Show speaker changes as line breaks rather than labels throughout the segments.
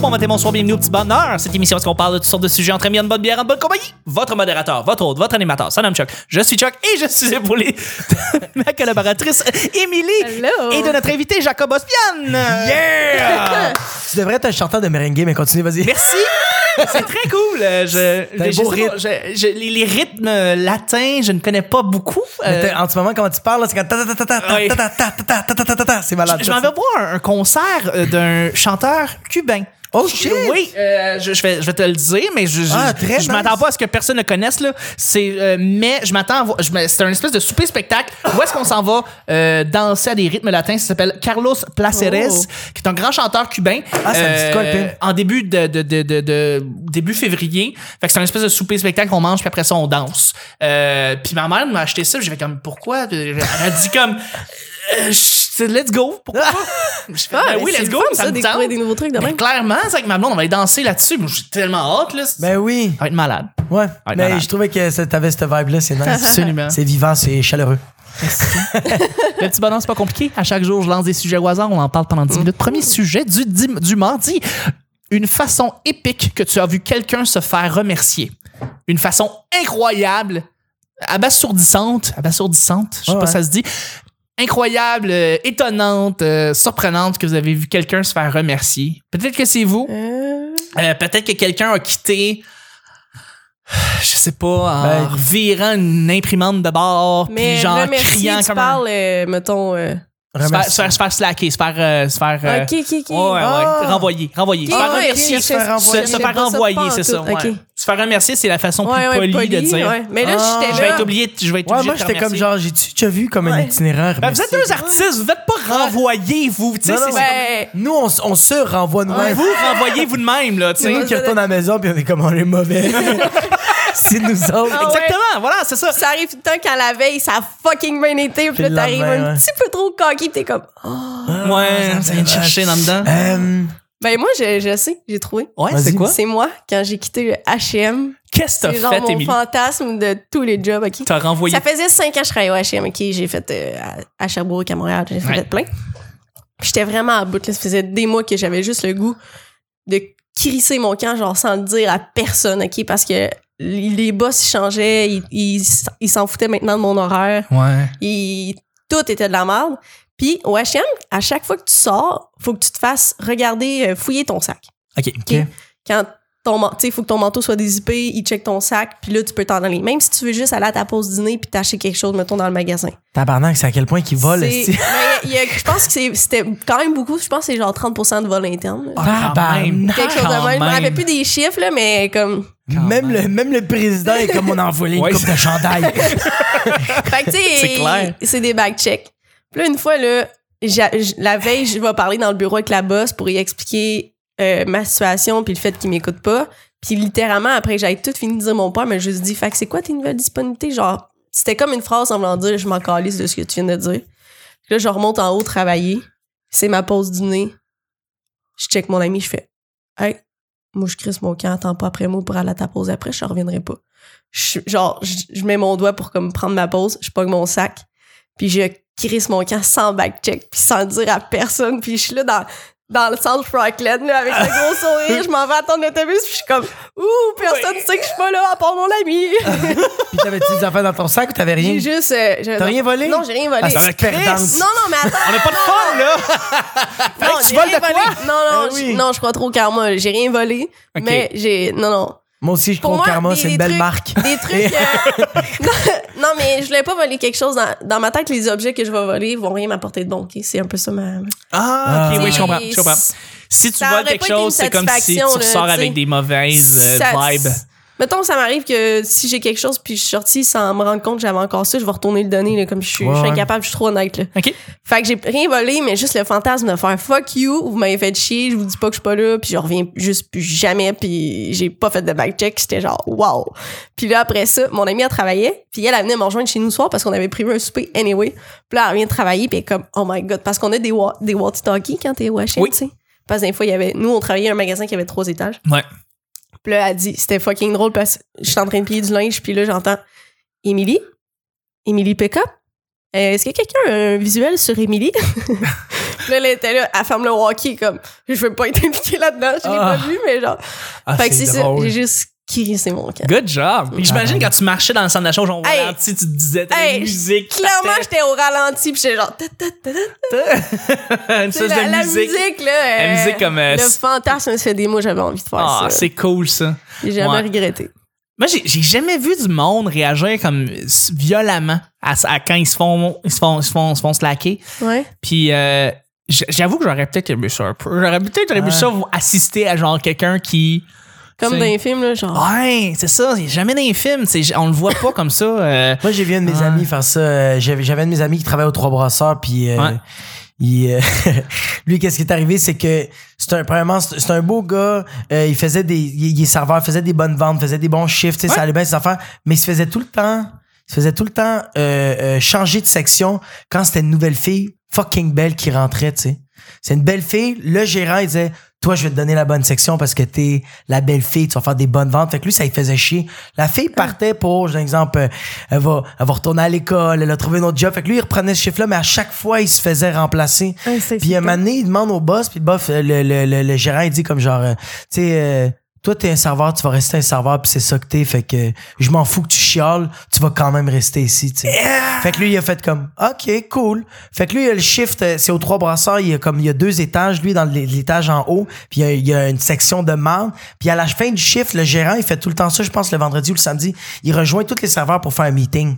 bon matin, bonsoir, bienvenue au petit bonheur. Cette émission, où est-ce qu'on parle de toutes sortes de sujets entre amis, en bonne bière, en bonne compagnie? Votre modérateur, votre hôte, votre animateur, son nom Chuck. Je suis Chuck et je suis épaulé de ma collaboratrice Émilie
Hello.
et de notre invité Jacob Ospian.
Yeah! tu devrais être un chanteur de merengue, mais continue, vas-y.
Merci! C'est très cool. Euh, Je,
T'as un
je
beau
sais pas,
rythme.
je- je- les, les rythmes euh, latins, je ne connais pas beaucoup.
Mais
Euh,
t'as- En ce moment, quand tu parles, là, c'est quand ta- ta- ta- ta-
Oui.
ta- ta- ta- ta- ta- ta- ta- ta- ta- C'est malade.
je m'en vais voir un, un concert euh, d'un chanteur cubain.
Oh, shit!
Oui, euh, je, je vais, je vais te le dire, mais je, je,
Ah, très
je m'attends
nice.
pas à ce que personne ne connaisse. Là. C'est, euh, mais je m'attends à voir. je me- C'est un espèce de souper-spectacle où est-ce qu'on s'en va euh, danser à des rythmes latins. Ça s'appelle Carlos Placeres,
Oh.
qui est un grand chanteur cubain. euh,
Ah, ça me dit quoi, le pin?
En début de, de, de, de- de- début février. Fait que c'est un espèce de souper-spectacle qu'on mange, puis après ça, on danse. Euh, puis ma mère m'a acheté ça, puis j'avais comme, pourquoi? Elle a dit comme, Euh, je- let's go. Pourquoi pas? Je fais,
Ah,
Ben
mais
oui,
c'est
let's
le
go.
fun,
ça,
ça,
me
découvrir
tente.
des nouveaux trucs de
Ben,
même.
clairement, c'est avec ma blonde, on va aller danser là-dessus. Moi, j'ai tellement hâte, là.
Ben oui.
Ça va être malade.
Ouais.
Ouais,
Mais
malade.
je trouvais que ça- t'avais cette vibe-là, c'est nice.
Absolument.
C'est vivant, c'est chaleureux.
Le petit bonheur, c'est pas compliqué. À chaque jour, je lance des sujets au hasard. On en parle pendant 10 minutes. Premier sujet du, dim- du mardi. Une façon épique que tu as vu quelqu'un se faire remercier. Une façon incroyable, abasourdissante. Abasourdissante, je sais
Ouais,
pas
ouais.
si ça se dit. Incroyable, euh, étonnante, euh, surprenante que vous avez vu quelqu'un se faire remercier. Peut-être que c'est vous.
Euh,
Euh, peut-être que quelqu'un a quitté, je sais pas, en
Ben-
virant une imprimante de bord, puis
mais
genre
remercier,
criant
tu
comme un-
parles, euh, mettons... euh,
se faire,
Remercie.
se faire- se faire slacker, se faire, euh, se faire euh,
ok, ok, ok.
ouais, ouais, ouais,
Ah.
renvoyer, renvoyer,
Ok,
se faire
ouais,
remercier,
ok,
se faire
je-
renvoyer.
se,
je-
se
je-
faire
pas ça
renvoyer,
pas
c'est
en
ça.
tout.
ouais.
Ok.
Se faire remercier, c'est la façon
Ouais,
plus
ouais,
polie de
poli,
dire.
ouais. Eh ben, Mais là,
Ah.
j'étais
Je vais
là.
être obligé, de- je vais être
Ouais,
obligé
moi,
de te
j'étais comme
remercier.
genre, j'ai-tu déjà vu comme un
Ouais.
itinéraire?
Ben, vous êtes
merci?
deux artistes, vous n'êtes pas renvoyés, vous. Tu sais,
Non,
c'est-
non,
c'est-
Ouais.
Nous, on, s- on se renvoie nous-mêmes.
Vous renvoyez vous de même, là, tu
C'est
sais.
nous qui retournent à la maison, puis on est comme, on est mauvais. c'est nous
Ah,
autres.
ouais.
Exactement, voilà, c'est ça.
Ça arrive tout le temps quand la veille, ça a fucking rain été, puis
Puis
là,
le
t'arrives
lendemain,
un
ouais.
petit peu trop cocky, puis t'es comme... oh.
Ah,
Ouais, ça vient de chercher dans dedans.
Euh,
Ben moi, je, je sais, j'ai trouvé.
Ouais,
Vas-y.
c'est quoi?
C'est moi, quand j'ai quitté le H&M,
Qu'est-ce que
c'est
t'as
genre
fait,
mon
Émilie?
fantasme de tous les jobs, ok?
T'as renvoyé.
Ça faisait cinq ans que je travaillais au H&M, ok? J'ai fait euh, à- à Sherbrooke, à Montréal, j'ai fait
Ouais.
plein. Puis J'étais vraiment à bout. Là. Ça faisait des mois que j'avais juste le goût de crisser mon camp, genre sans le dire à personne, ok? Parce que les boss ils changeaient, ils- ils s- ils s'en foutaient maintenant de mon horaire.
Ouais.
Et tout était de la merde. Puis au H&M, à chaque fois que tu sors, faut que tu te fasses regarder, euh, fouiller ton sac.
OK.
OK? Quand ton man- tu sais, faut que ton manteau soit dézippé, il check ton sac, puis là, tu peux t'en aller. Même si tu veux juste aller à ta pause dîner puis t'acheter quelque chose, mettons, dans le magasin.
tabarnak, c'est à quel point qu'ils volent.
C'est-
esti.
Mais il y a- je pense que c'est- c'était quand même beaucoup. Je pense que c'est genre 30 de vol interne. là.
Ah, quand même.
Tabarnak.
Quelque chose de
quand
même. Je me
même.
rappelle plus des chiffres, là, mais comme.
Quand
Même
même.
le, même le président est comme on a envolé
Ouais,
une coupe
c'est-
de chandail.
Fait que, tu sais,
C'est clair.
C'est des back checks. Puis là, une fois, là, j'a- j- la veille, je vais parler dans le bureau avec la boss pour y expliquer euh, ma situation puis le fait qu'il m'écoute pas. Puis littéralement, après, j'avais tout fini de dire mon père, mais je lui ai dit, fait que c'est quoi tes nouvelles disponibilités? Genre, c'était comme une phrase en voulant dire, je m'en calisse de ce que tu viens de dire. Puis là, je remonte en haut travailler. C'est ma pause dîner. Je check mon ami, je fais, hey, moi, je crisse mon camp, attends pas après moi pour aller à ta pause après, je reviendrai pas je, genre, je, je mets mon doigt pour comme prendre ma pause, je pogne mon sac, puis je crisse mon camp sans backcheck, puis sans dire à personne, puis je suis là dans, dans le centre Franklin, là, avec le gros sourire, je m'en vais attendre l'autobus, puis je suis comme, ouh, personne sait que je suis pas là, à part mon ami.
Puis t'avais-tu des affaires dans ton sac ou t'avais rien?
j'ai juste. euh, j'ai-
T'as rien volé?
Non, j'ai rien volé.
Ah, c'est une perdante.
non, non, mais attends.
On n'a pas de fun, Oh, là!
non,
Fait que tu
j'ai
voles
rien
de
volé.
quoi?
Non, non,
Ben
je-
oui.
non, je crois trop au karma, j'ai rien volé,
Ok.
mais j'ai. Non, non.
Moi aussi, je
Pour
crois au
moi,
karma,
des-
c'est
des
une belle
trucs-
marque.
Des trucs. euh, non, non, mais je voulais pas voler quelque chose. Dans, dans ma tête, les objets que je vais voler vont rien m'apporter de bon. ok? C'est un peu ça ma.
Ah, ok,
Ah.
oui, je comprends, je comprends.
Ça
Si tu
Ça
voles
aurait
quelque
pas été une
chose, c'est comme si tu
satisfaction, là,
ressors
tu sais.
avec des mauvaises euh, vibes.
Mettons, ça m'arrive que si j'ai quelque chose puis je suis sortie sans me rendre compte que j'avais encore ça, je vais retourner le donner. Là, comme je suis, je suis
Ouais, ouais.
incapable, je suis trop honnête. Là.
OK.
Fait que j'ai rien volé, mais juste le fantasme de faire fuck you, vous m'avez fait chier, je vous dis pas que je suis pas là, puis je reviens juste plus jamais, puis j'ai pas fait de backcheck, c'était genre wow. Puis là après ça, mon amie elle travaillait, puis elle, elle venait me rejoindre chez nous le soir parce qu'on avait prévu un souper anyway. Puis là elle revient travailler, puis elle est comme oh my god, parce qu'on a des wa- des walkie talkies quand t'es washing,
Oui.
tu sais. Parce que des fois il y avait, nous on travaillait à un magasin qui avait trois étages.
Ouais.
Puis là, elle dit, c'était fucking drôle parce que je suis en train de plier du linge, puis là, j'entends Émilie, Émilie Pickup. Euh, Est-ce que quelqu'un a un visuel sur Émilie? Puis là, elle était là, elle ferme le walkie, comme, je veux pas être impliquée là-dedans, je l'ai
Ah.
pas vu, mais genre.
Ah,
fait que c'est ça,
drôle.
j'ai juste crissé mon camp.
Good job. Puis J'imagine quand tu marchais dans le centre d'achat, genre, au
Hey.
ralenti, tu te disais, t'as
Hey,
la musique.
Clairement, j'étais au ralenti, pis j'étais genre, ta, ta, ta, ta.
Une
Tu sais,
espèce
la, la
de
musique,
musique.
là.
La
euh,
musique comme, euh,
Le
s-
fantasme, ça fait des mois, j'avais envie de faire
Ah,
ça.
c'est cool, ça.
J'ai jamais
ouais.
regretté.
Moi, j'ai j'ai jamais vu du monde réagir comme s- violemment à, à quand ils se font, ils se font, ils se font, ils se font slacker.
Ouais.
Puis euh, j- j'avoue que j'aurais peut-être aimé ça un peu. J'aurais peut-être aimé
Ouais.
ça vous assister à genre quelqu'un qui.
Comme
C'est- Ah,
dans les films, là, genre.
Ouais, c'est ça. Il est jamais dans les films. c'est- On le voit pas comme ça. euh,
Moi, j'ai vu un de mes
Ouais.
amis faire ça. Euh, J'avais j'avais un de mes amis qui travaillait aux Trois Brasseurs, puis euh,
Ouais.
il, euh, lui, qu'est-ce qui est arrivé, c'est que c'est un premièrement, c'est c'est un beau gars. euh, il faisait des, il, il est serveur, faisait des bonnes ventes, faisait des bons chiffres, tu sais,
Ouais.
ça allait bien ses affaires, mais il se faisait tout le temps, il se faisait tout le temps euh, euh, changer de section quand c'était une nouvelle fille fucking belle qui rentrait, tu sais. C'est une belle fille. Le gérant, il disait, toi, je vais te donner la bonne section parce que t'es la belle fille, tu vas faire des bonnes ventes. Fait que lui, ça lui faisait chier. La fille partait pour, j'ai un exemple, euh, elle va, elle va retourner à l'école, elle a trouvé un autre job. Fait que lui, il reprenait ce chiffre-là, mais à chaque fois, il se faisait remplacer.
Ouais, Ah, c'est
Puis un moment donné, il demande au boss, puis le, boss, le, le, le, le gérant, il dit comme genre, euh, tu sais, euh, toi, t'es un serveur, tu vas rester un serveur, puis c'est ça que t'es. Fait que euh, je m'en fous que tu chiales, tu vas quand même rester ici, tu sais. Fait que lui, il a fait comme, OK, cool. Fait que lui, il a le shift, euh, c'est aux trois brasseurs, il y a comme, il y a deux étages, lui, dans l'é- l'étage en haut, puis il y a, il y a une section de marde. Puis à la fin du shift, le gérant, il fait tout le temps ça, je pense, le vendredi ou le samedi, il rejoint tous les serveurs pour faire un meeting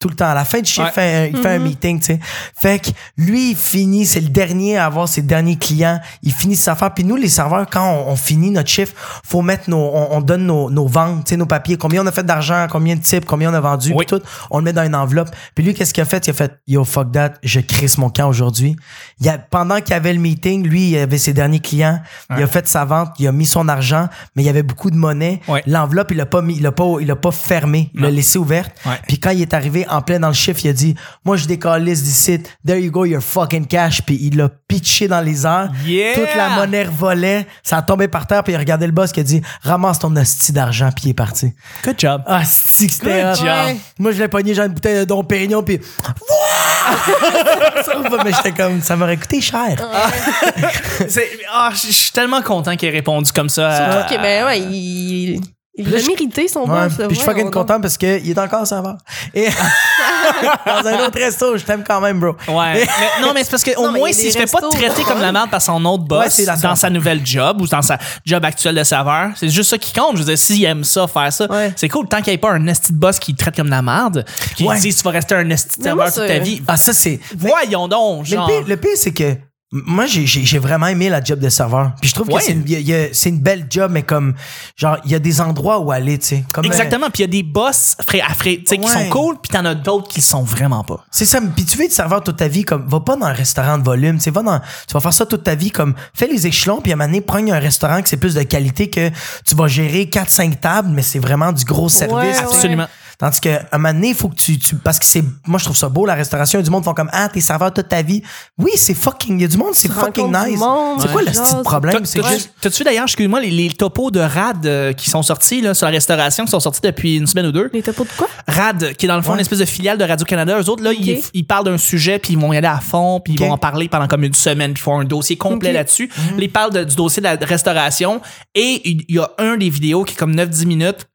tout le temps. À la fin du chiffre,
Ouais.
il fait un- il fait un meeting, tu sais. Fait que lui, il finit, c'est le dernier à avoir ses derniers clients. Il finit ses affaires. Puis nous, les serveurs, quand on, on finit notre chiffre, faut mettre nos, on, on donne nos, nos ventes, tu sais, nos papiers. Combien on a fait d'argent, combien de types, combien on a vendu,
Oui.
puis tout. On le met dans une enveloppe. Puis lui, qu'est-ce qu'il a fait? Il a fait, yo, fuck that, je crisse mon camp aujourd'hui. Il a, pendant qu'il y avait le meeting, lui, il avait ses derniers clients. Il a fait sa vente, il a mis son argent, mais il y avait beaucoup de monnaie.
Ouais.
L'enveloppe, il l'a pas mis, il l'a pas, il l'a pas fermée. Il l'a
Non.
laissée ouverte.
Ouais.
Puis quand il est arrivé en plein dans le chiffre, il a dit Moi, je décalisse d'ici, there you go, your fucking cash. Puis il l'a pitché dans les airs.
Yeah!
Toute la monnaie revolait. Ça a tombé par terre. Puis il a regardé le boss qui a dit Ramasse ton hostie d'argent. Puis il est parti.
Good job.
Ah, si que c'était
Good
hot.
job.
Moi, je l'ai pogné, genre une bouteille de Dom Pérignon. Puis. Wouah! Mais j'étais comme Ça m'aurait coûté cher.
C'est- ah, je je suis tellement content qu'il ait répondu comme ça. euh,
Surtout
à-
que, ben ouais, il. Il
Puis là,
l'a
je-
mérité son
Ouais,
boss.
puis je suis fucking content parce qu'il est encore serveur. Et dans un autre resto, je t'aime quand même, bro.
Ouais. mais- non, mais c'est parce qu'au
Non, mais
moins,
il y a
s'il
des
se fait pas
restos,
traiter
ouais.
comme la merde par son autre boss
Ouais, c'est la
dans
sorte.
sa nouvelle job ou dans sa job actuelle de serveur, c'est juste ça qui compte. Je veux dire, s'il aime ça, faire ça,
Ouais.
c'est cool. Tant qu'il n'y ait pas un esti de boss qui le traite comme de la merde, qui
Ouais.
dit tu vas rester un esti de
Mais moi,
serveur toute ta
c'est-
vie.
Ah, ça, c'est.
Voyons donc,
Mais
genre.
le pire, le pire, c'est que m- moi, j'ai j'ai- j'ai vraiment aimé la job de serveur. Puis je trouve
Ouais.
que c'est une, il y a- il y a- c'est une belle job, mais comme, genre, il y a des endroits où aller, tu sais. Comme, euh,
Exactement. Puis il y a des boss fra- à fra- tu sais, qui
Ouais.
sont cool, puis t'en as d'autres qui le sont vraiment pas.
C'est ça. Puis tu veux être serveur toute ta vie, comme va pas dans un restaurant de volume. Tu sais, va dans, tu vas faire ça toute ta vie, comme fais les échelons, puis à un moment donné, prends un restaurant que c'est plus de qualité que tu vas gérer 4-5 tables, mais c'est vraiment du gros service.
Ouais,
tu sais.
Absolument.
Tandis que à un moment donné, il faut que tu, tu- parce que c'est moi je trouve ça beau la restauration, il y a du monde qui font comme ah, t'es serveur toute ta vie. Oui, c'est fucking, il y a du monde, c'est
Tu
fucking
rencontres du
nice.
monde,
C'est
tu
quoi le
jases,
petit
tu-
problème, c'est
T'as- t'as-
juste
T'as-tu vu d'ailleurs, excuse-moi, les, les topos de RAD euh, qui sont sortis là, sur la restauration, qui sont sortis depuis une semaine ou deux?
Les tapos de quoi?
RAD, qui est dans le fond
Ouais.
une espèce de filiale de Radio-Canada, eux autres, là, ils,
Ok.
ils parlent d'un sujet, puis ils vont y aller à fond, puis ils
Ok. Mhm.
vont en parler pendant comme une semaine, puis ils font un dossier complet
Ok.
là-dessus. Là, Ils parlent de- du dossier de la restauration, et il il y a un des vidéos qui est comme 9-10 minutes,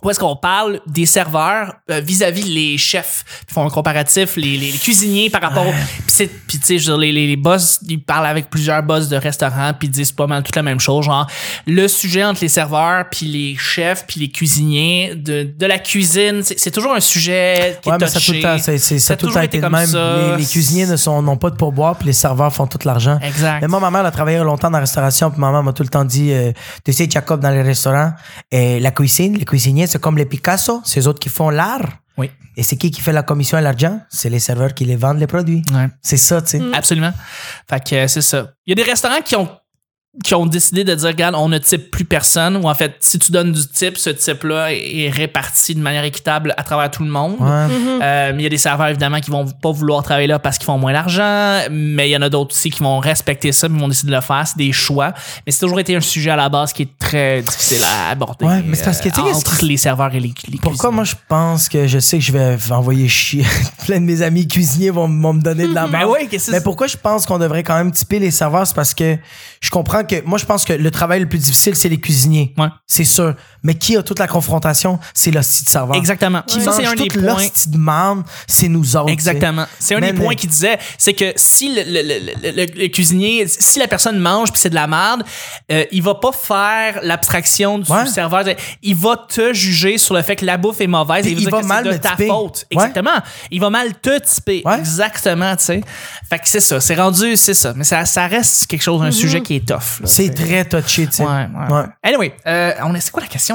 où est-ce qu'on parle des serveurs euh, vis-à-vis les chefs. Ils font un comparatif, les, les- les cuisiniers par rapport aux... Puis c'est- Puis tu sais, je veux dire, les, les, les boss, ils parlent avec plusieurs boss de restaurants, puis ils disent pas mal toute la même chose. Genre, le sujet entre les serveurs, puis les chefs, puis les cuisiniers, de, de la cuisine, c'est c'est toujours un sujet qui
Ouais,
est
mais ça a tout
touché.
le temps, c'est- c'est- ça
Ça
a
a
tout le
toujours
temps
été
été de
comme
même.
ça.
Les, les cuisiniers ne sont n'ont pas de pourboire, puis les serveurs font tout l'argent.
Exact.
Mais moi, ma mère, elle a travaillé longtemps dans la restauration, puis ma mère m'a tout le temps dit, euh, tu sais, Jacob, dans les restaurants, euh, la cuisine, les cuisiniers, c'est comme les Picasso, c'est eux autres qui font l'art.
Oui.
Et c'est qui qui fait la commission et l'argent? C'est les serveurs qui les vendent les produits.
Ouais.
Mm.
C'est ça, tu sais.
Absolument. Fait que euh, c'est ça. Il y a des restaurants qui ont qui ont décidé de dire, regarde, on ne type plus personne, ou en fait, si tu donnes du type, ce type-là est réparti de manière équitable à travers tout le monde.
Ouais.
Euh, il y a des serveurs, évidemment, qui vont pas vouloir travailler là parce qu'ils font moins d'argent, mais il y en a d'autres aussi qui vont respecter ça, mais vont décider de le faire. C'est des choix. Mais c'est toujours été un sujet à la base qui est très difficile à aborder.
Ouais, mais c'est parce que, tu sais,
euh,
qu'est-ce
entre
qui-
les serveurs et les, les
Pourquoi
cuisiniers.
moi je pense que je sais que je vais envoyer chier plein de mes amis cuisiniers vont, vont me donner de la
Ben
merde.
oui, qu'est-ce que
Mais
c'est?
pourquoi je pense qu'on devrait quand même typer les serveurs, c'est parce que je comprends que moi je pense que le travail le plus difficile c'est les cuisiniers,
Ouais.
c'est sûr. Mais qui a toute la confrontation, c'est l'hostie de serveur.
Exactement.
Qui
Ça,
mange
c'est un des
toute
points.
l'hostie de merde, c'est nous autres.
Exactement. C'est un des
Mais-
points
mais-
qu'il disait, c'est que si le, le- le- le- le- le cuisinier, si la personne mange puis c'est de la merde, euh, il va pas faire l'abstraction du
Ouais.
serveur. Il va te juger sur le fait que la bouffe est mauvaise.
Puis
et
il
dire
va
que
mal
c'est de
me
ta
typer.
faute.
Ouais.
Exactement. Il va mal te typer.
Ouais.
Exactement, tu sais. Fait que c'est ça. C'est rendu, c'est ça. Mais ça, ça reste quelque chose, un sujet qui est tough. là,
tu sais. Mm-hmm. C'est
tu sais.
très touché, tu sais.
Ouais, ouais.
Ouais.
Anyway, euh, on est- c'est quoi la question?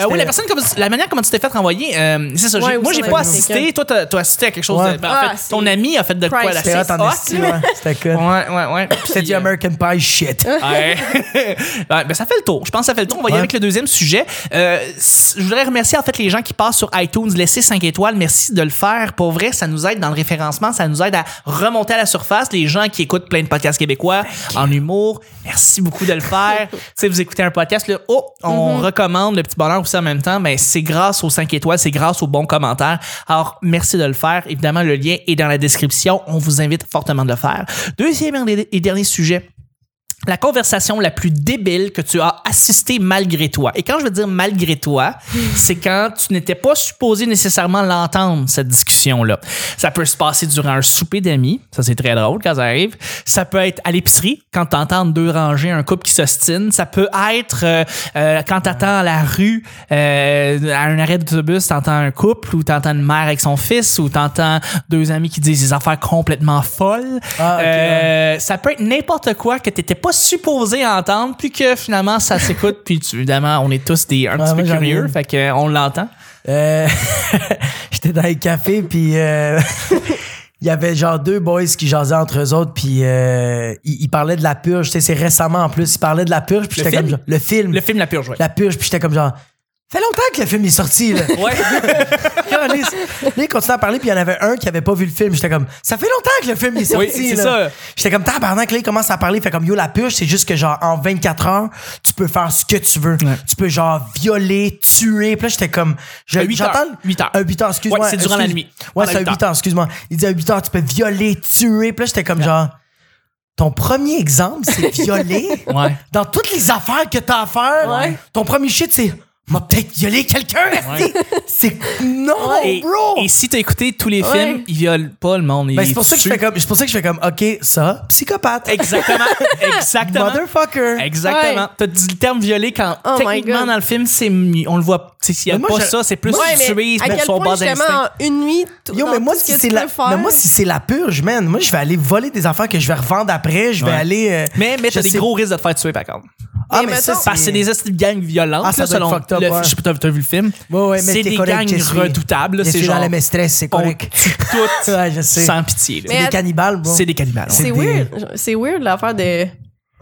Euh, oui, la personne, comme, la manière comment tu t'es fait renvoyer, euh, c'est ça. j'ai-
Ouais, ou
moi,
sur
j'ai
la
pas
vidéo.
assisté. Toi, t'as t'as assisté à quelque chose.
Ouais.
de- ben, en
Ah,
fait,
c'est-
ton ami a fait de quoi la
Priceless.
C'était hot en
hot,
esti,
là.
ouais. C'était cool.
Ouais, ouais, ouais.
C'était
Puis,
du
euh,
American Pie shit.
Ouais. Ouais, ben, ça fait le tour. Je pense que ça fait le tour. On va y aller
Ouais.
avec le deuxième sujet. Euh, s- je voudrais remercier en fait les gens qui passent sur iTunes. Laissez 5 étoiles. Merci de le faire. Pour vrai, ça nous aide dans le référencement. Ça nous aide à remonter à la surface. Les gens qui écoutent plein de podcasts québécois en humour, merci beaucoup de le faire. tu sais, vous écoutez un podcast, là, oh, on recommande le petit bonheur aussi en même temps. Mais c'est grâce aux 5 étoiles, c'est grâce aux bons commentaires. Alors, merci de le faire. Évidemment, le lien est dans la description. On vous invite fortement de le faire. Deuxième et dernier sujet la conversation la plus débile que tu as assistée malgré toi. Et quand je veux dire malgré toi, c'est quand tu n'étais pas supposé nécessairement l'entendre, cette discussion-là. Ça peut se passer durant un souper d'amis, ça c'est très drôle quand ça arrive. Ça peut être à l'épicerie, quand tu entends deux rangées, un couple qui s'ostine. Ça peut être euh, euh, quand tu attends à la rue, euh, à un arrêt d'autobus, tu entends un couple ou tu entends une mère avec son fils ou tu entends deux amis qui disent des affaires complètement folles.
Ah,
Euh,
ok, ouais.
euh, ça peut être n'importe quoi que t'étais pas supposé entendre, puis que finalement ça s'écoute, puis tu- évidemment on est tous des un
Ouais,
petit
moi,
peu
j'en ai
curieux,
une.
fait que euh, on l'entend.
Euh, J'étais dans les cafés, puis euh, il y avait genre deux boys qui jasaient entre eux autres, puis euh, ils, ils parlaient de la purge. Tu sais, c'est récemment en plus. Ils parlaient de la purge, puis
Le
j'étais comme
film?
genre- le film,
Le film La Purge, ouais.
la purge, puis j'étais comme genre. Fait longtemps que le film est sorti. Là.
Ouais.
Là, ils continuaient à parler, puis il y en avait un qui avait pas vu le film. J'étais comme, ça fait longtemps que le film est sorti.
Oui, c'est
là.
ça.
J'étais comme, tabarnak, là, il commence à parler. Fait comme, yo, la purge, c'est juste que, genre, en 24 heures, tu peux faire ce que tu veux. Tu peux, genre, violer, tuer. Puis là, j'étais comme, je-
À huit
j'entends.
heures. Huit heures.
À 8 heures, excuse-moi.
Ouais, c'est durant la
Excuse-
nuit.
Ouais,
Pendant
c'est à
huit
8 heures, excuse-moi. Il dit à 8 heures, tu peux violer, tuer. Puis là, j'étais comme, genre, ton premier exemple, c'est violer.
Ouais.
Dans toutes les affaires que t'as à faire,
Ouais.
ton premier shit, c'est m'a peut-être violé quelqu'un.
Ouais.
C'est non,
Et,
Oh, bro.
et si t'as écouté tous les films,
Ouais.
ils violent pas le monde.
Ben,
ils
c'est pour ça que je
tuent.
fais comme, c'est pour ça que je fais comme, ok, ça, psychopathe,
Exactement. Exactement.
motherfucker.
Exactement.
Ouais.
T'as dit le terme violé quand
Oh my
techniquement
God.
dans le film, c'est mi- on le voit. T'sais, S'il y a
Mais Ben, moi,
pas
je-
ça, c'est plus
Ouais, mais
tuer
à
pour
quel
son
point,
bas
justement,
d'instinct.
en une nuit, t-
Yo,
dans
mais moi,
tout ce
si
que
c'est
tu
la,
peux faire,
mais moi, si c'est la purge, man, moi, je vais aller voler des affaires que je vais revendre après, je vais
Ouais.
aller, euh,
Mais, mais
je
t'as des
sais-
gros risques de te faire tuer par contre.
ah,
Mais
mais ça,
mettons-
Parce que c'est des esti de gangs violentes,
Ah, ça
là,
doit être
selon
fucked up,
le-
ouais.
je sais pas, t'as- t'as vu le film?
Ouais, ouais, mais
c'est
t'es
des
correct,
gangs
je suis-
redoutables, là,
je
c'est
suis dans
genre...
la maîtresse, c'est
on
correct.
tue toutes
Ouais, je sais.
sans pitié. là.
Mais-
Des cannibales, bro.
C'est des cannibales. ouais.
C'est
C'est
weird. C'est weird l'affaire de.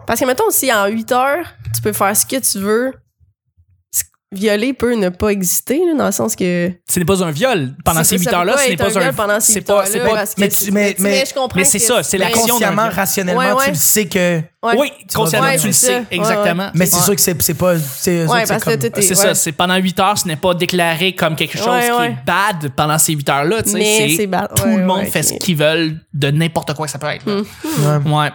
Parce que, mettons, si en 8 heures, tu peux faire ce que tu veux, c- violer peut ne pas exister, là, dans le sens que.
Ce n'est pas un viol. Pendant
C'est
ces 8
ça, ça peut
heures-là,
pas
ce n'est
être un
pas un
viol pendant ces
c'est
huit
pas-
heures-là,
c'est pas-
parce que
mais
tu-
tu- mais-
tu-
mais-
je comprends
mais c'est
que-
ça, c'est
mais-
l'action d'un-
Consciemment,
Ouais,
rationnellement,
ouais.
tu le sais que,
Ouais.
Oui, consciemment,
Ouais,
tu le
c'est ça.
sais.
Ouais,
Exactement.
mais c'est sûr que c'est c'est pas, c'est
Ouais,
eux autres, c'est
parce que
comme-
t'es- t'es-
C'est
ouais.
ça, c'est pendant 8 heures, ce n'est pas déclaré comme quelque chose
Ouais,
qui
ouais.
est bad pendant ces 8 heures-là. tu sais,
Mais c'est bad,
Tout
ouais,
le monde
ouais,
fait
ok.
ce qu'ils veulent de n'importe quoi que ça peut être. là.
Ouais.
Ouais.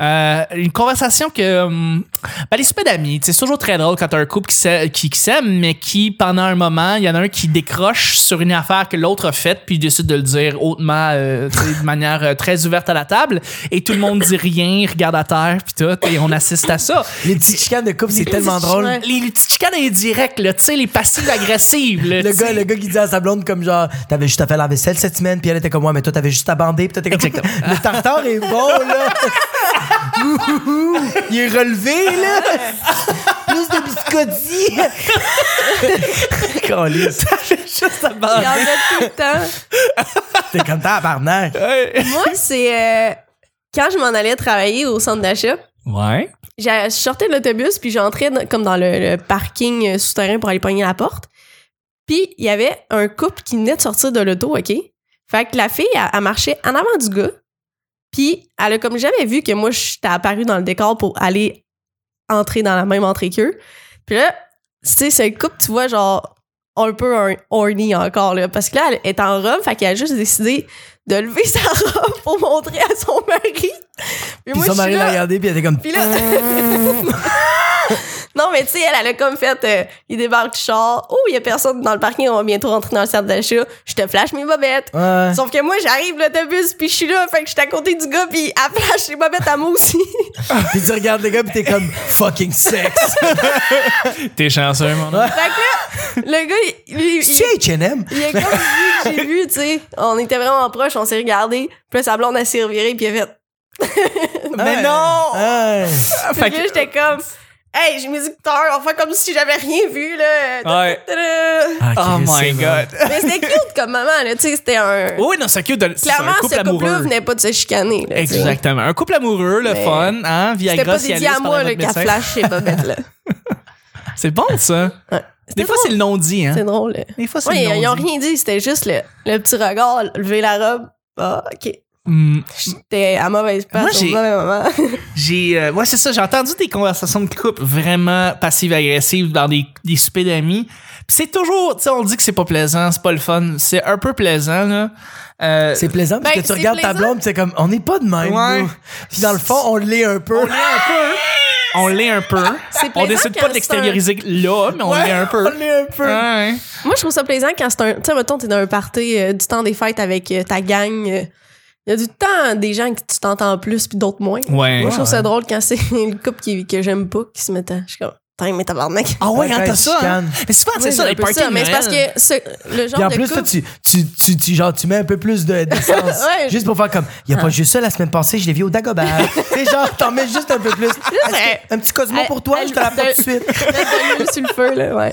Euh, une conversation que. hum, ben, les soupers d'amis, tu sais, c'est toujours très drôle quand t'as un couple qui s'a- qui qui s'aime, mais qui, pendant un moment, il y en a un qui décroche sur une affaire que l'autre a faite, puis il décide de le dire hautement, euh, tu sais, de manière euh, très ouverte à la table, et tout le monde dit rien, regarde à terre, puis tout, et on assiste à ça.
Les petites chicanes de couple, c'est tellement
petites
drôle.
chicanes.
Les, les petites chicanes indirectes, là, tu sais, les passives agressives. Là,
Le
tu sais.
gars, le gars qui disait à sa blonde comme genre t'avais juste à faire la vaisselle cette semaine puis elle était comme moi mais toi t'avais juste à bander puis toi t'es comme
Exactement.
le tartare est bon là Ouhouhou. il est relevé là plus de biscottis Câlisse.
Il y en a tout le temps.
t'es comme tabarnak
Moi, c'est. euh, quand je m'en allais travailler au centre d'achat,
Ouais.
j'ai- je sortais de l'autobus, puis j'entrais dans- comme dans le, le parking euh, souterrain pour aller pogner la porte. Puis il y avait un couple qui venait de sortir de l'auto, OK? Fait que la fille, elle, elle marchait en avant du gars. Puis elle a comme jamais vu que moi, j'étais apparue dans le décor pour aller entrer dans la même entrée qu'eux. Puis là, tu sais, ce couple, tu vois, genre, un peu un- horny encore, là. Parce que là, elle est en robe, fait qu'elle a juste décidé de lever sa robe pour montrer à son mari. Puis
Puis
moi,
son
je suis
mari l'a
là,
regardé, puis elle était comme.
puis là. non, mais tu sais, elle, elle a comme fait. euh, il débarque du char. Oh, il y a personne dans le parking. On va bientôt rentrer dans le centre d'achat. Je te flash mes bobettes.
Ouais.
Sauf que moi, j'arrive l'autobus, puis je suis là. Fait que je suis à côté du gars, puis elle flash mes bobettes à moi aussi.
Puis tu regardes le gars, puis t'es comme fucking sexe.
T'es chanceux, mon homme.
fait que là, le gars, il. lui, il-
tu HM?
il a comme vu que j'ai vu, tu sais. On était vraiment proches, on s'est regardés. Puis là, sa blonde, elle s'est revirée, puis elle a fait.
Mais
Ouais.
non!
Ouais.
Puis là, j'étais comme. Hey, j'ai mes écouteurs, enfin, comme si j'avais rien vu, là.
Ouais.
Ta-da!
Ah,
Oh
Chris,
my
c'est vrai.
god.
Mais c'était cute comme maman, là. Tu sais, c'était un.
Oui, non, c'est cute. de- C'est
Clairement,
un couple
ce couple-là
amoureux.
venait pas de se chicaner. Là, tu sais.
Exactement. Un couple amoureux, le
Mais-
fun, hein?
C'était
Viagra,
pas dédié
Cialis
à
pendant
moi,
votre
le qu'à
médecin.
flash et bobette, là.
C'est bon, ça.
Ouais.
Des
C'était
fois, c'est
drôle.
le non-dit, hein?
C'est drôle, là.
Des fois, c'est
Ouais,
le
ils ont
non-dit.
rien dit, c'était juste le, le petit regard, lever la robe. Ah, ok.
Hmm.
J'étais à mauvaise
Moi,
place au
j'ai-
mauvais moment.
J'ai, euh, ouais, c'est ça. J'ai entendu des conversations de couple vraiment passives-agressives dans des, des soupers d'amis. Puis c'est toujours, tu sais, on dit que c'est pas plaisant, c'est pas le fun. C'est un peu plaisant, là. Euh,
C'est plaisant parce
Ben,
que tu
c'est
regardes ta
plaisant.
blonde, puis c'est comme on n'est pas de même.
Ouais.
nous. Puis dans le fond, on l'est un peu.
on l'est un peu.
C'est
On
plaisant
décide pas
quand
de l'extérioriser là, mais on
Ouais,
l'est un
On
peu.
l'est un peu.
Ouais.
Moi, je trouve ça plaisant quand c'est un. Tu sais, mettons, t'es dans un party euh, du temps des fêtes avec euh, ta gang. euh, Il y a du temps des gens que tu t'entends plus puis d'autres moins.
Ouais.
Moi, je trouve
ouais.
ça drôle quand c'est le couple qui, que j'aime pas qui se met à. Je suis comme, Tain, mais tabarnak.
Ah ouais,
Ouais,
hein,
quand
t'as
ils
ça. hein.
chicanent.
Mais souvent, c'est
Oui,
ça,
un
les
peu
parties
ça,
de
Mais c'est
Noël.
parce que ce- le genre
Puis en
de
plus, toi,
couple-
tu, tu, tu, tu- genre, tu mets un peu plus de- d'essence.
Ouais. Hein.
Juste pour faire comme, il n'y a pas juste ça la semaine passée, je l'ai vu au Dagobert. tu sais, genre, t'en mets juste un peu plus. Est-ce que- Un petit Cosmo
Elle-
pour toi,
elle-
je te l'apporte tout de suite.
de l'huile sur le feu, là, ouais.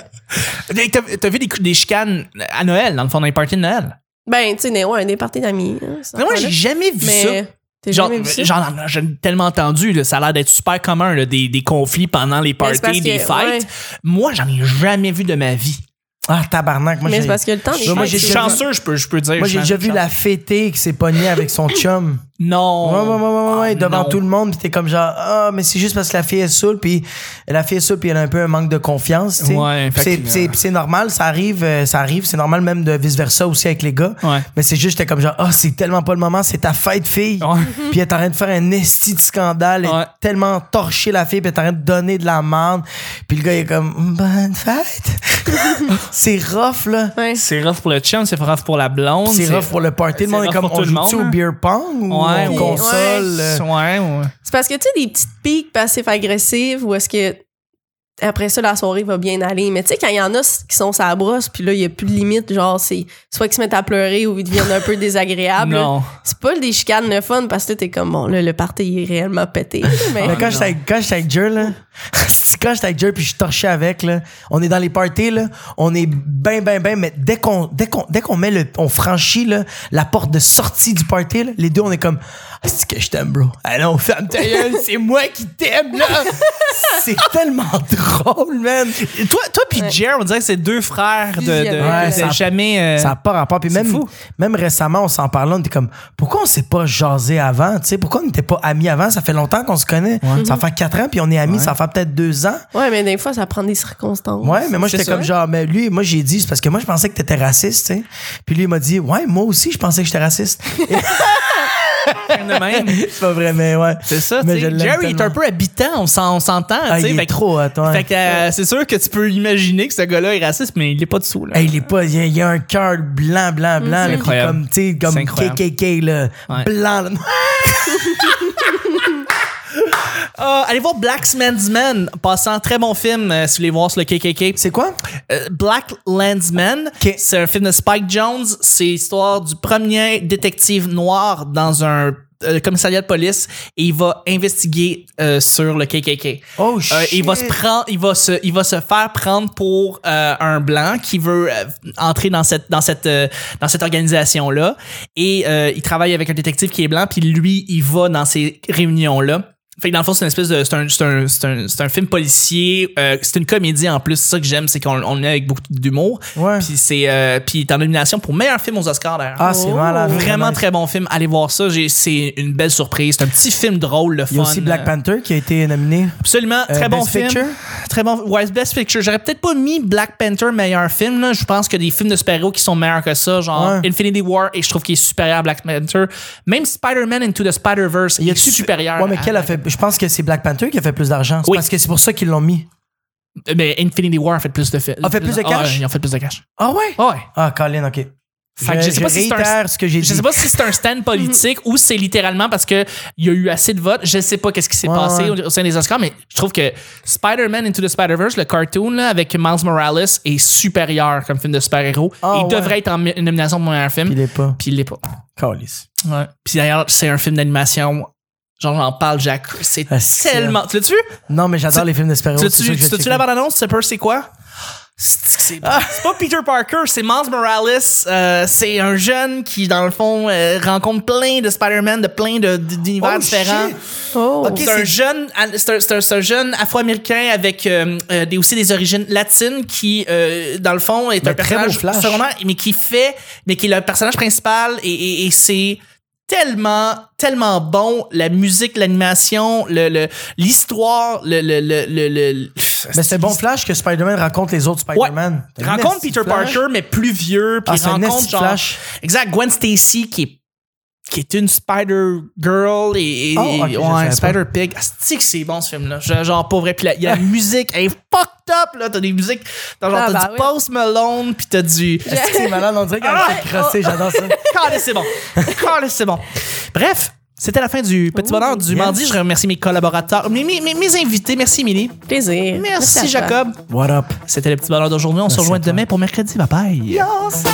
Hey, T'as t'as vu des, cou- des chicanes à Noël, dans le fond, d'un party de Noël?
Ben, tu sais, Néo, un des parties d'amis. hein, ça
Mais moi,
en
j'ai
parle.
jamais vu ça.
Mais t'es
Genre,
jamais vu ça?
genre, j'en ai tellement entendu, là, ça a l'air d'être super commun, là, des, des conflits pendant les
c'est parce
parties, des
que-
fêtes.
ouais.
Moi, j'en ai jamais vu de ma vie.
Ah, tabarnak. Moi,
mais
j'ai
c'est parce que le temps,
Je
des
suis
moi,
fêtes,
j'ai
c'est-
déjà-
chanceux, je peux, je peux dire.
moi, j'ai
je suis
déjà vu
chanceux.
la fêtée qui s'est pognée avec son chum.
Non.
Ouais, ouais, ouais, ouais, ouais,
Oh. Ah,
devant
non.
tout le monde, pis t'es comme genre, ah, mais c'est juste parce que la fille est saoule, puis la fille est saoule, puis elle a un peu un manque de confiance, tu sais.
Ouais,
Pis c'est-
fait que-
c'est- pis c'est normal, ça arrive, euh, ça arrive, c'est normal même de vice-versa aussi avec les gars.
Ouais.
Mais c'est juste, t'es comme genre, ah, c'est tellement pas le moment, c'est ta fête, fille.
Ouais.
Puis elle est en train de faire un esti de scandale, elle
Ouais.
est tellement torché la fille, puis elle est en train de donner de la merde. Puis le gars, il est comme, bonne fête. c'est rough, là.
Ouais.
C'est rough pour le chum, c'est rough pour la blonde.
C'est rough pour le party. Le
c'est
monde est
rough
comme,
pour
on
tout le
joue-tu
monde,
au
hein.
beer pong ou
Ouais,
on
ouais.
console? euh?
Ouais, ouais.
C'est parce que, tu sais, des petites piques passives-agressives où est-ce que après ça, la soirée va bien aller. Mais tu sais, quand il y en a qui sont sa brosse, puis là, il y a plus de limite, genre, c'est soit qu'ils se mettent à pleurer ou ils deviennent un peu désagréables. là.
Non.
C'est pas des chicanes le fun parce que là, t'es comme, bon, là, le party il est réellement pété. Mais
Mais
Ah,
quand
non.
j'étais avec, quand j'étais avec Jer, là, quand j'étais avec Jer puis je torchais avec, là, on est dans les parties, là, on est ben, ben, ben, mais dès qu'on, dès qu'on, dès qu'on met le, on franchit, là, la porte de sortie du party, là, les deux, on est comme, ah, c'est que je t'aime, bro. Allons, ferme ta gueule, c'est moi qui t'aime, là. c'est tellement drôle, man.
Et Toi, toi puis Jer, on dirait que c'est deux frères de, de,
Fusionnel.
Ouais,
de
ça-
jamais. euh,
Ça n'a pas rapport. Puis même,
fou.
même récemment, on s'en parlait, on était comme, pourquoi on s'est pas jasé avant? Tu sais, pourquoi on n'était pas amis avant? Ça fait longtemps qu'on se connaît. Ça fait quatre ans, puis on est amis, ça fait peut-être deux ans.
Ouais, mais des fois, ça prend des circonstances.
Ouais, mais moi,
C'est
j'étais
ça.
comme genre, mais lui, moi, j'ai dit, c'est parce que moi, je pensais que t'étais raciste, tu sais. Puis lui, il m'a dit, ouais, moi aussi, je pensais que j'étais raciste.
de même.
c'est pas vrai, mais ouais.
C'est ça,
Mais
tu sais.
je l'aime
Jerry est
tellement.
un peu habitant, on s'en- on s'entend,
Ah,
tu
il
sais.
est
fait que-
trop hot, ouais.
Fait que euh, c'est sûr que tu peux imaginer que ce gars-là est raciste, mais il est pas dessous, là.
Hey, il est pas, il y a, il y a un cœur blanc, blanc, blanc, là, puis
Mhm. incroyable.
comme, tu sais, comme
C'est incroyable.
KKK, là,
Ouais.
blanc, là.
Ah, allez voir Black Man, passant très bon film, euh, si vous voulez voir sur le KKK.
C'est quoi?
Euh, Black Landsman,
Ok.
c'est un film de Spike Jones. C'est l'histoire du premier détective noir dans un euh, commissariat de police et il va investiguer euh, sur le KKK.
Oh,
Euh, il va se
shit.
prendre, il va se, il va se faire prendre pour euh, un blanc qui veut euh, entrer dans cette, dans cette, euh, dans cette organisation là. Et euh, il travaille avec un détective qui est blanc, puis lui, il va dans ces réunions là. Fait que dans le fond, c'est une espèce de. C'est un, c'est un, c'est un, c'est un film policier. euh, c'est une comédie en plus. C'est ça que j'aime, c'est qu'on on est avec beaucoup d'humour.
Ouais.
Puis c'est euh, puis il est en nomination pour meilleur film aux Oscars d'ailleurs.
Ah, c'est
Oh.
malade.
Vraiment
nice.
très bon film. Allez voir ça. J'ai- C'est une belle surprise. C'est un petit film drôle, le fun.
Il y a aussi Black
Euh,
Panther qui a été nominé.
Absolument.
Euh,
très bon
Best
film.
Picture?
Très bon. Ouais, Best Picture. J'aurais peut-être pas mis Black Panther meilleur film. Là. Je pense que des films de super-héros qui sont meilleurs que ça, genre
Ouais.
Infinity War, et je trouve qu'il est supérieur à Black Panther. Même Spider-Man Into the Spider-Verse il est
a-tu-
supérieur.
Ouais, mais
à-
quelle a fait. Je pense que c'est Black Panther qui a fait plus d'argent. C'est
Oui.
Parce que c'est pour ça qu'ils l'ont mis.
Euh, Mais Infinity War a fait plus de fait.
A fait plus de cash?
ils ont fait plus de cash.
Ah ouais?
Ouais.
Ah, Colin, ok.
Fait que je sais pas si c'est un-
réitère ce que j'ai dit.
Je sais pas si c'est un stand politique ou c'est littéralement parce que il y a eu assez de votes. Je sais pas qu'est-ce qui s'est
Ouais,
passé
ouais.
au- au sein des Oscars, mais je trouve que Spider-Man Into the Spider-Verse, le cartoon là, avec Miles Morales, est supérieur comme film de super-héros.
Ah,
il
ouais.
devrait être en mi- nomination pour meilleur film.
Il est pas.
Puis il l'est pas.
Calice.
Ouais. Puis d'ailleurs, c'est un film d'animation. Genre, j'en parle, Jack. C'est
Ah, c'est-
tellement. Tu l'as-tu? vu?
Non, mais j'adore
Tu-
les films de super-héros.
Tu
c'est sûr
l'as-tu
que je
tu
vais
l'as-tu
checker.
la bande-annonce? Tu sais, c'est quoi?
Ah,
C'est c'est- c'est pas Peter Parker, c'est Miles Morales. Euh, c'est un jeune qui, dans le fond, euh, rencontre plein de Spider-Man, de plein de- d'univers
Oh,
différents.
shit!
Oh.
Ok.
C'est un
c'est-
jeune, c'est un- c'est un, c'est un jeune Afro-américain avec euh, euh, des, aussi des origines latines qui, euh, dans le fond, est
Mais
un
très beau
personnage
flash.
secondaire, mais qui fait, mais qui est le personnage principal et, et- et c'est tellement tellement bon la musique l'animation le le- l'histoire le le le, le, le-
Mais c'est bon flash que Spider-man raconte les autres Spider-Man.
Il rencontre Peter Parker mais plus vieux puis
Ah,
il
c'est un
rencontre
esti
genre
flash.
exact Gwen Stacy qui est qui est une Spider Girl et, et-
Oh, ok, je
ouais,
savais pas.
Spider Pig. Asti que c'est bon ce film là. Genre pas vrai. Puis la, il y a la musique elle est fucked up là. T'as des musiques. T'as, genre,
Ah,
t'as
bah
du
oui.
Post Malone puis t'as du.
Est-ce que c'est malade? On dirait qu'elle
Ah!
s'est crossée. J'adore ça.
Calais, c'est bon. Calais, c'est bon. Bref. C'était la fin du petit bonheur du
yes.
mardi. Je remercie mes collaborateurs, mes, mes, mes- mes invités. Merci, Émilie.
Plaisir.
Merci,
à toi.
Jacob.
What up?
C'était le petit bonheur d'aujourd'hui. On se
Merci
rejoint
à toi.
demain pour mercredi. Bye bye.
Yes!